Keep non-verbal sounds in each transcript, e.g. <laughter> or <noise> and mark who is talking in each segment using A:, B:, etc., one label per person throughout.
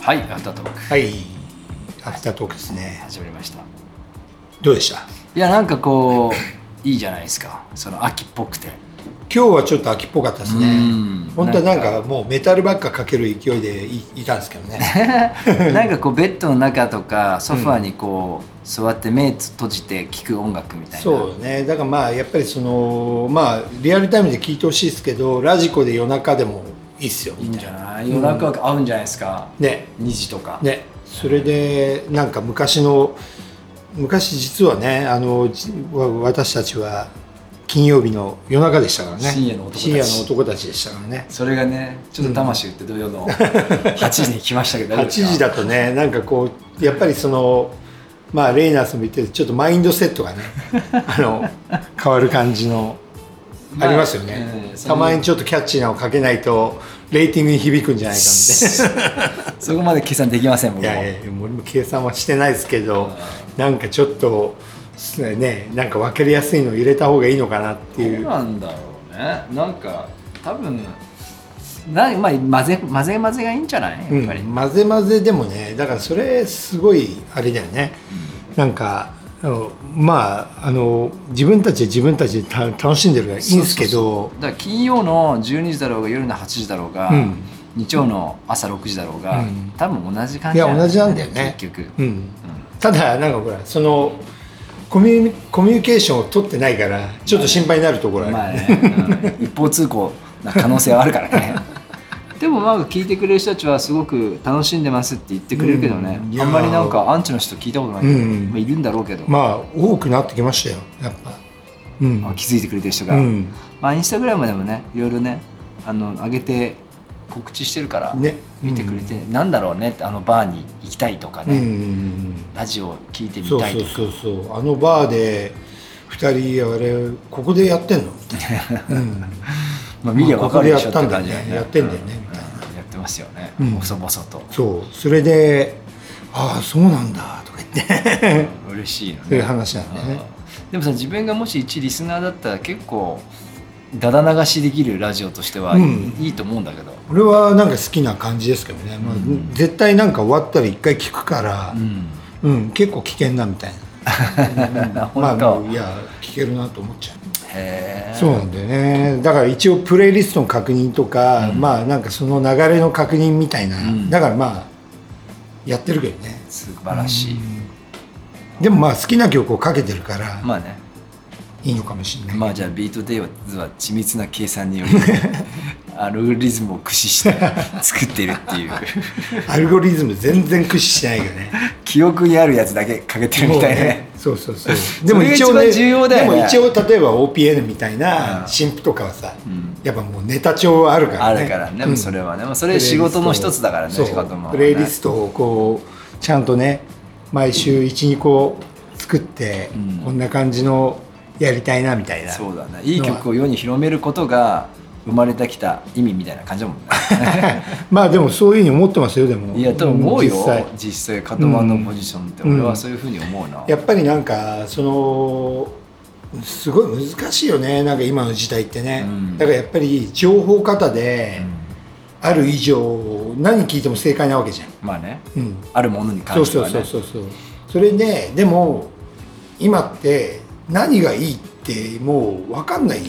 A: はいアフタートーク
B: はいアフタートークですね
A: 始まりました
B: どうでした
A: いやなんかこ
B: <laughs>
A: ういいじゃないですかその秋っぽくて
B: 今日はちょっと秋っぽかったですね
A: ん
B: 本当はなんかもうメタルばっかかける勢いでいいたんですけどね
A: なんかこうベッドの中とかソファーにこう座って目閉じて聴く音楽みたいな
B: <laughs> そうねだからまあやっぱりそのまあリアルタイムで聞いてほしいですけどラジコで夜中でもいいっすよ
A: いい
B: み
A: ん
B: たい
A: じ
B: な
A: ゃない夜中は合うんじゃないですか、
B: ね
A: 2時とか、
B: ねそれでなんか昔の昔実はねあのじわ私たちは金曜日の夜中でしたからね
A: 深夜の男たち
B: 深夜の男たちでしたからね
A: それがねちょっと魂売って土曜 <laughs> の8時に来ました
B: <laughs>
A: けど
B: 8時だとねなんかこうやっぱりそのまあレイナースも言ってるちょっとマインドセット <laughs> がねあの変わる感じのありますよね、
A: うん
B: たまにちょっとキャッチーなのをかけないとレーティングに響くんじゃないか
A: そこまで計算できません
B: み
A: 僕
B: た
A: も
B: いないやいやもう俺も計算はしてないですけど、なんかちょっとねなんか分かりやすいのを入れた方がいいのかなっ
A: ど
B: ていう
A: うなんだろうねなんか多分なまあ混ぜ混ぜ混ぜがいいんじゃないやっぱり、
B: うん、混ぜ混ぜでもねだからそれすごいあれだよね、なんかあのまああの自分たちで自分たちでた楽しんでるからいいんですけ
A: そう
B: ど
A: そうそうだから金曜の12時だろうが夜の8時だろうが、
B: うん
A: 日曜の朝6時だろうが、
B: うん
A: 多分同じ感
B: い
A: じ
B: や同じなんだよね
A: 結局、
B: うん、ただなんかほらそのコミュニコミュニケーションを取ってないからちょっと心配になるところある、
A: まあね、うん一方通行な可能性はあるから
B: <laughs>
A: ねでもまあ聞いてくれる人たちはすごく楽しんでますって言ってくれるけどね、
B: うんいや
A: あんまりなんかアンチの人聞いたことないけど、
B: うん
A: まあ、いるんだろうけど、
B: まあ多くなってきましたよやっぱうん
A: まあ気づいてくれてる人
B: う
A: が、
B: ん
A: まあ、インスタグラムでもねいろいろねあの上げて告知してるから、
B: ね
A: 見てくれて、なんだろうねってあのバーに行きたいとか
B: う
A: ね、
B: ん
A: ラジオ聞いてみ
B: そう
A: たい
B: そ
A: と
B: う
A: か
B: そうそうあのバーで2人あれここでやってんの、
A: <laughs>
B: うん
A: まあ、見りゃ分かるでしょ
B: まあここでやった
A: っ
B: んだよね
A: て感じ
B: やってんだよね
A: う
B: みたい
A: うんやってますよね、
B: うん
A: 細々と、
B: そうそれで「ああそうなんだ」とか言って
A: <laughs> うん嬉しいの
B: そういう
A: ね
B: 話なんだよね
A: うんでもさ自分がもし一リスナーだったら結構だだ流しできるラジオとしては
B: うん
A: いいと思うんだけど、
B: 俺はなんか好きな感じですけどね、まあ
A: うん
B: 絶対なんか終わったら一回聞くから
A: う、
B: <laughs>
A: ん
B: うん結構危険なみたいな
A: <laughs> 、本当
B: まあもういや聞けるなと思っちゃう
A: へえ
B: そうなんだよねだから一応プレイリストの確認とか、
A: うん
B: まあなんかその流れの確認みたいな、
A: うん
B: だからまあやってるけどね
A: 素晴らしい、
B: でもまあ好きな曲をかけてるから
A: まあね
B: いいのかもしれない、
A: まあじゃあビートデイは緻密な計算に
B: <laughs>
A: よりアルゴリズムを駆使して作ってるっていう <laughs>
B: アルゴリズム全然駆使しないよね
A: 記憶にあるやつだけかけてる <laughs> みたいね
B: そうそうそう
A: それが一番重要だよね
B: でも一応例えば OPN みたい
A: うん
B: な新婦とかはさ、
A: うん
B: やっぱもうネタ帳あるから
A: あ
B: ね
A: るからね、
B: うん
A: それはねまあそれ仕事の一つだからね
B: そう
A: 仕事も、ね、
B: プレイリストをこうちゃんとね毎週12個作って、
A: うん
B: こんな感じのやりたいなみたいな
A: そうだねいい曲を世に広めることが生まれてきた意味みたいな感じだもんね
B: <laughs> まあでもそういうふうに思ってますよでも
A: いやと思うよ
B: 実際
A: 実際カトマンのポジションって
B: うん
A: 俺はそういうふうに思うな、
B: やっぱりなんかそのすごい難しいよねなんか今の時代ってね、
A: うん
B: だからやっぱり情報型である以上何聞いても正解なわけじゃん、
A: まあね
B: うん、
A: あるものに
B: そ
A: 関
B: う
A: して
B: そ
A: は
B: う
A: ね
B: そうそうそうそれででも今って何がいいってもう分かんない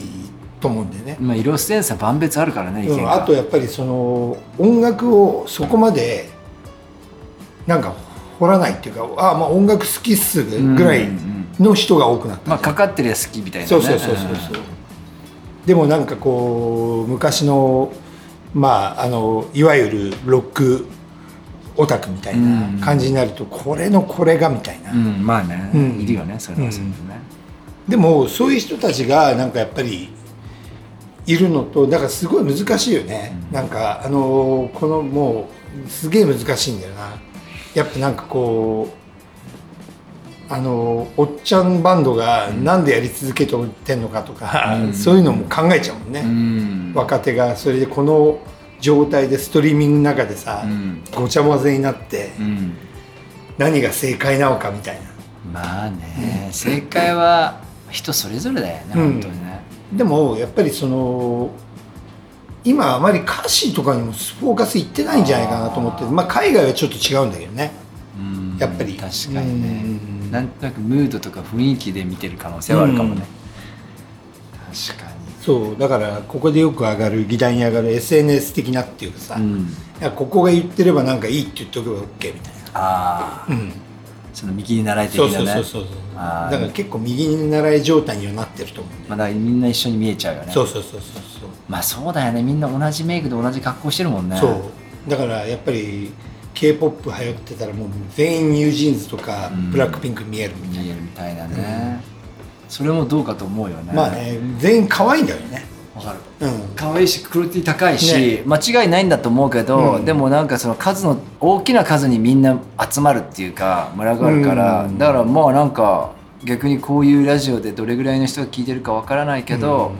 B: と思うんだよね、
A: まあ色センサー万別あるからね意見
B: うん、
A: が、
B: あとやっぱりその音楽をそこまでなんか掘らないっていうかああまあ音楽好きっすぐらい
A: うんうんうん
B: の人が多くなった、
A: まあかかってりゃ好きみたいなね
B: そうそうそうそうそうでもなんかこう昔のまああのいわゆるロックオタクみたいな感じになると、これのこれがみたいな、
A: うん、うんまあね、
B: うん
A: いるよねそういうのはそういうのね、
B: でもそういう人たちがなんかやっぱりいるのとだからすごい難しいよね、なんかあのーこのもうすげえ難しいんだよなやっぱなんかこうあのーおっちゃんバンドがなんでやり続けておってんのかとか、
A: うん
B: そういうのも考えちゃうもんね、
A: うん
B: 若手がそれでこの状態でストリーミングの中でさ、
A: うん
B: ごちゃ混ぜになって
A: うん
B: 何が正解なのかみたいな
A: まあね、正解は人それぞれだよね、
B: うん
A: 本当にね
B: でもやっぱりその今あまり歌詞とかにもフォーカスいってないんじゃないかなと思ってまあ、海外はちょっと違うんだけどね
A: うん
B: やっぱり
A: 確かに
B: う
A: ね
B: ん
A: なんとなくムードとか雰囲気で見てる可能性はあるかもね確か
B: そうだからここでよく上がる議題に上がる SNS 的なっていうかさ、
A: に
B: いうやここが言ってればなんかいいって言っておけば OK みたい
A: ああ
B: な、うん、
A: その右に習い的
B: そう
A: な
B: そう
A: ね
B: そうそうそう
A: あ
B: だ
A: ー
B: から結構右に習い状態にはなってると思うんだよ、
A: まあだからみんな一緒に見えちゃうよね
B: そうそうそうそうそう
A: まあそうだよねみんな同じメイクで同じ格好してるもんね
B: そうだからやっぱり k p o p 流行ってたらもう全員ニュージーンズとか
A: うん
B: ブラックピンク見えるみたい
A: 見えるみたいなね、それもどうかと思うよね
B: な、まあね全員可愛いんだよね
A: わかる
B: うん
A: 可愛いしクオリティ高いし、
B: ね
A: 間違いないんだと思うけど、
B: うん
A: でもなんかその数の大きな数にみんな集まるっていうか群がるから、
B: うん
A: だからまあなんか逆にこういうラジオでどれぐらいの人が聞いてるかわからないけど、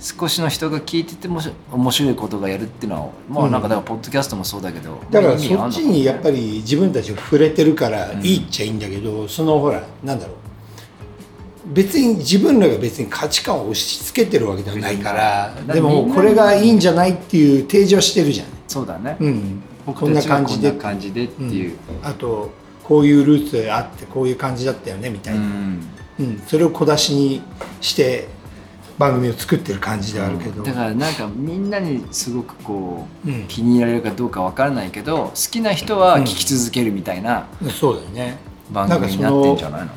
A: 少しの人が聞いててもし面白いことがやるっていうのはまあなんかだからポッドキャストもそうだけど、
B: だから
A: 意味
B: そ
A: あ
B: っ
A: んの
B: ちにやっぱり自分たちが触れてるから
A: うん
B: いいっちゃいいんだけど、そのほらなんだろう別に自分らが別に価値観を押し付けてるわけではないから
A: 別に
B: でも
A: みんな
B: これがいいんじゃないっていう提示はしてるじゃん、
A: そうだね、
B: うん、こ
A: 僕
B: ん
A: た
B: な
A: ちは
B: 感
A: こ
B: じ
A: ん
B: で
A: な感じでっていう、
B: あとこういうルーツがあってこういう感じだったよねみた
A: う
B: い
A: ん
B: な、うん、それを小出しにして番組を作ってる感じではあるけど、
A: だからなんかみんなにすごくこう、
B: うん
A: 気に入られるかどうかわからないけど好きな人は聞き続けるみたいな
B: そうだよね
A: 番組になってんじゃないの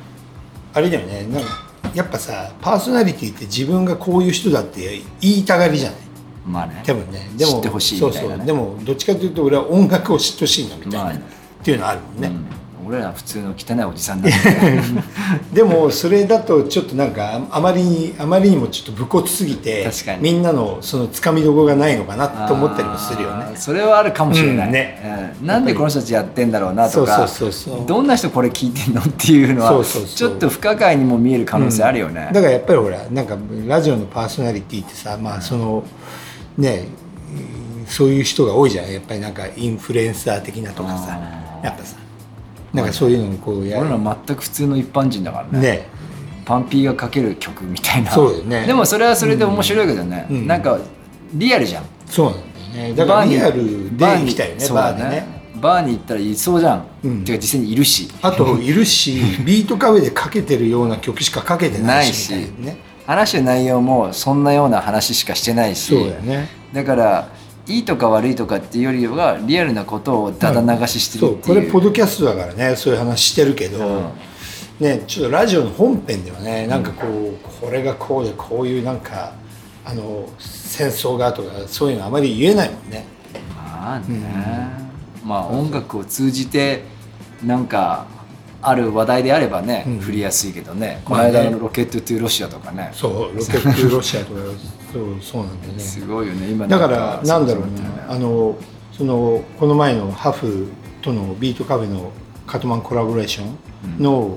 B: あれだよねなんかやっぱさパーソナリティって自分がこういう人だって言いたがりじゃない
A: まあね
B: 多分ねでも
A: 知ってほしいみたいなね
B: そうそうでもどっちかというと俺は音楽を知ってほしいんだみたいな、
A: まあね
B: っていうのはあるもんね、
A: うん俺ら普通の汚いおじさんなんだけど
B: でもそれだとちょっとなんかああまりにあまりにもちょっと武骨すぎて
A: 確かに
B: みんなのそのつかみどころがないのかな <laughs> と思ったりもするよ
A: あー
B: ね
A: それはあるかもしれない、
B: うんね
A: うんなんでこの人たちやってんだろうなとか
B: そうそうそうそう
A: どんな人これ聞いてんのっていうのは
B: そうそうそう
A: ちょっと不可解にも見える可能性あるよね、
B: だからやっぱりほらなんかラジオのパーソナリティってさまあそのねうんそういう人が多いじゃんやっぱりなんかインフルエンサー的なとかさ
A: あー
B: やっぱさなんかそういうのにこうや
A: 俺ら全く普通の一般人だからね
B: ね
A: パンピーがかける曲みたいな
B: そうだよね
A: でもそれはそれで面白いけどね、
B: うん
A: なんかリアルじゃん
B: そうなんだよねだからリアルで行きたいよね
A: そう
B: バ
A: だ
B: ーでね
A: バーに行ったらいそうじゃん、
B: うん
A: てか実際にいるし
B: あとい
A: <laughs>
B: るしビートカフェでかけてるような曲しかかけてないし
A: ないし
B: みたいなね
A: 話の内容もそんなような話しかしてないし
B: そうだよね
A: だからいいとか悪いとかっていうよりはリアルなことをだだ流しして
B: そ
A: る
B: う
A: ってい
B: こ
A: う、
B: れポッドキャストだからねそういう話してるけど、
A: うん
B: ね、ちょっとラジオの本編ではねなんかこう、これがこうでこういうなんかあの戦争がとかそういうのあまり言えないもんね
A: まあね、まあ音楽を通じてなんかある話題であればね、
B: うん
A: 振りやすいけどねこ
B: ま
A: の
B: あね
A: 間の「ロケット・トゥ・ロシア」とかね
B: そうロケットロシアとかそうそうなんだ <laughs> よね
A: すごいよね今
B: だからなんだろう
A: ね
B: ねあのそのこの前のハフとのビートカフェのカトマンコラボレーションの、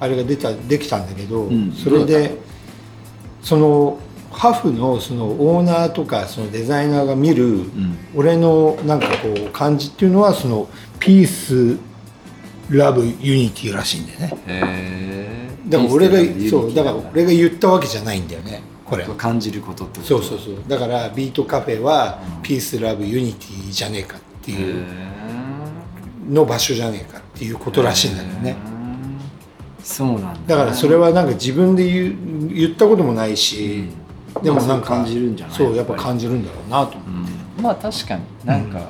B: あれが出たできたんだけど、
A: うん
B: それでそのハフのそのオーナーとかそのデザイナーが見る、
A: ん
B: 俺のなんかこう感じっていうのはそのピースラブユニティらしいんだよね
A: へえ
B: だから俺
A: いい
B: が
A: 人
B: そうだから俺が言ったわけじゃないんだよねこれ
A: 感じることってこと
B: そうそうそうだからビートカフェはピースラブユニティじゃねえかって
A: へ
B: いう
A: え
B: の場所じゃねえかっていうことらしいんだよね
A: そうなんだ
B: だからそれはなんか自分で言う言ったこともないし、でもなんか
A: まあそう感じるんじゃない
B: そうや
A: や
B: っ
A: っ
B: ぱ
A: ぱり
B: 感じるんだろうなと思う、
A: うんまあ確かになんか、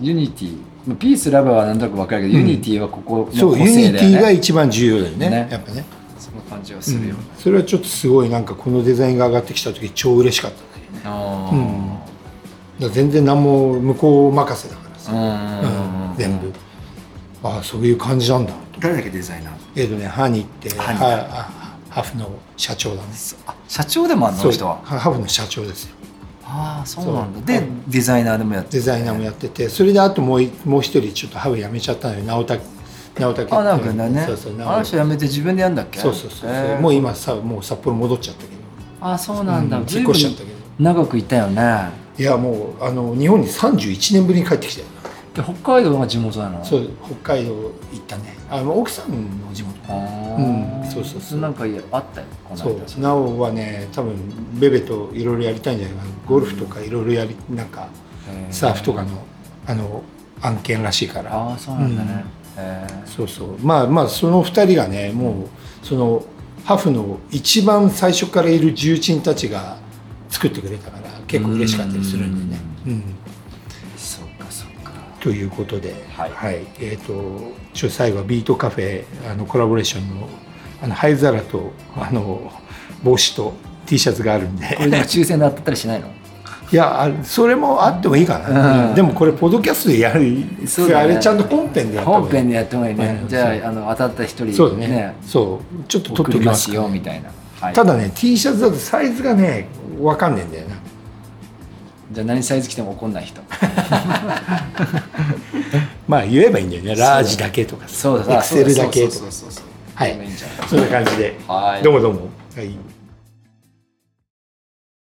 A: ユニティまあピースラブはなんとなく分かるけど、ユニティはここの個
B: そうユニ
A: 性
B: テ
A: だよね
B: ィが一番重要だよね
A: ね
B: やっぱね
A: その感じはするよね、
B: それはちょっとすごいなんかこのデザインが上がってきた時超嬉しかったね
A: あ
B: だから全然何も向こう任せだから
A: ー
B: さ、
A: うん
B: うん全部ああそういう感じなんだ
A: 誰だっけデザイナー
B: えっとねハニーって
A: ハニー
B: ハハフの社長だね
A: そあ社長でもあんのあ
B: そ
A: の
B: う
A: 人は
B: ハフの社長ですよ
A: ああそうなんだ
B: そう
A: でデザイナーでもやって
B: デザイナーもやっててそれであともういもう一人ちょっとハフ辞めちゃったのよ直武直武って
A: あなんかだね
B: そうそう
A: あの人辞めて自分でやんだっけ
B: そうそうそうそう
A: へー
B: もう今さもう札幌戻っちゃったけ
A: あそうなんだ、
B: うん
A: ずいぶ
B: 結
A: ん
B: 婚しちゃったけど
A: 長くいたよね
B: どいやもうあの日本に31年ぶりに帰ってきたよな
A: で北海道が地元なの
B: そう北海道行ったねあの奥さんの地元
A: あー
B: うんそうそうそう
A: なんかいやあったよこの
B: そ
A: 間
B: うなおはね多分ベベといろいろやりたいんじゃないかなゴルフとかいろいろやりなんか
A: へー
B: サーフとかのあの案件らしいから
A: ああそうなんだね、へー
B: そうそうまあまあその2人がねもうそのハーフの一番最初からいる重鎮たちが作ってくれたから結構嬉しかったりするんでねうん
A: そうかそうか
B: ということで、
A: はい
B: えっ、とちょ最後はビートカフェあのコラボレーションのあの灰皿とあの帽子と T シャツがあるんで
A: こ <laughs> れでも抽選で当たったりしないの
B: いやあそれもあってもいいかな、
A: うん
B: でもこれポッドキャストでやる、
A: そうだ
B: あ
A: ね
B: れちゃんと本編でやった方がい
A: 本
B: い
A: 編でやってもいいね、
B: うん
A: じゃ
B: そう
A: ああの当たった一人
B: そうだねそうちょっと
A: 送
B: 取っ
A: り
B: てき
A: ま
B: ます
A: すよみたいな、はい、
B: ただね T シャツだとサイズがねわかんねえんだよな
A: じゃあ何サイズ着ても怒んない人
B: まあ言えばいいんだよねラージだけとかさエクセルだけとか
A: そうそうそうそう
B: はい
A: いいんじゃない
B: そんな感じで
A: はい
B: どうもどうもはい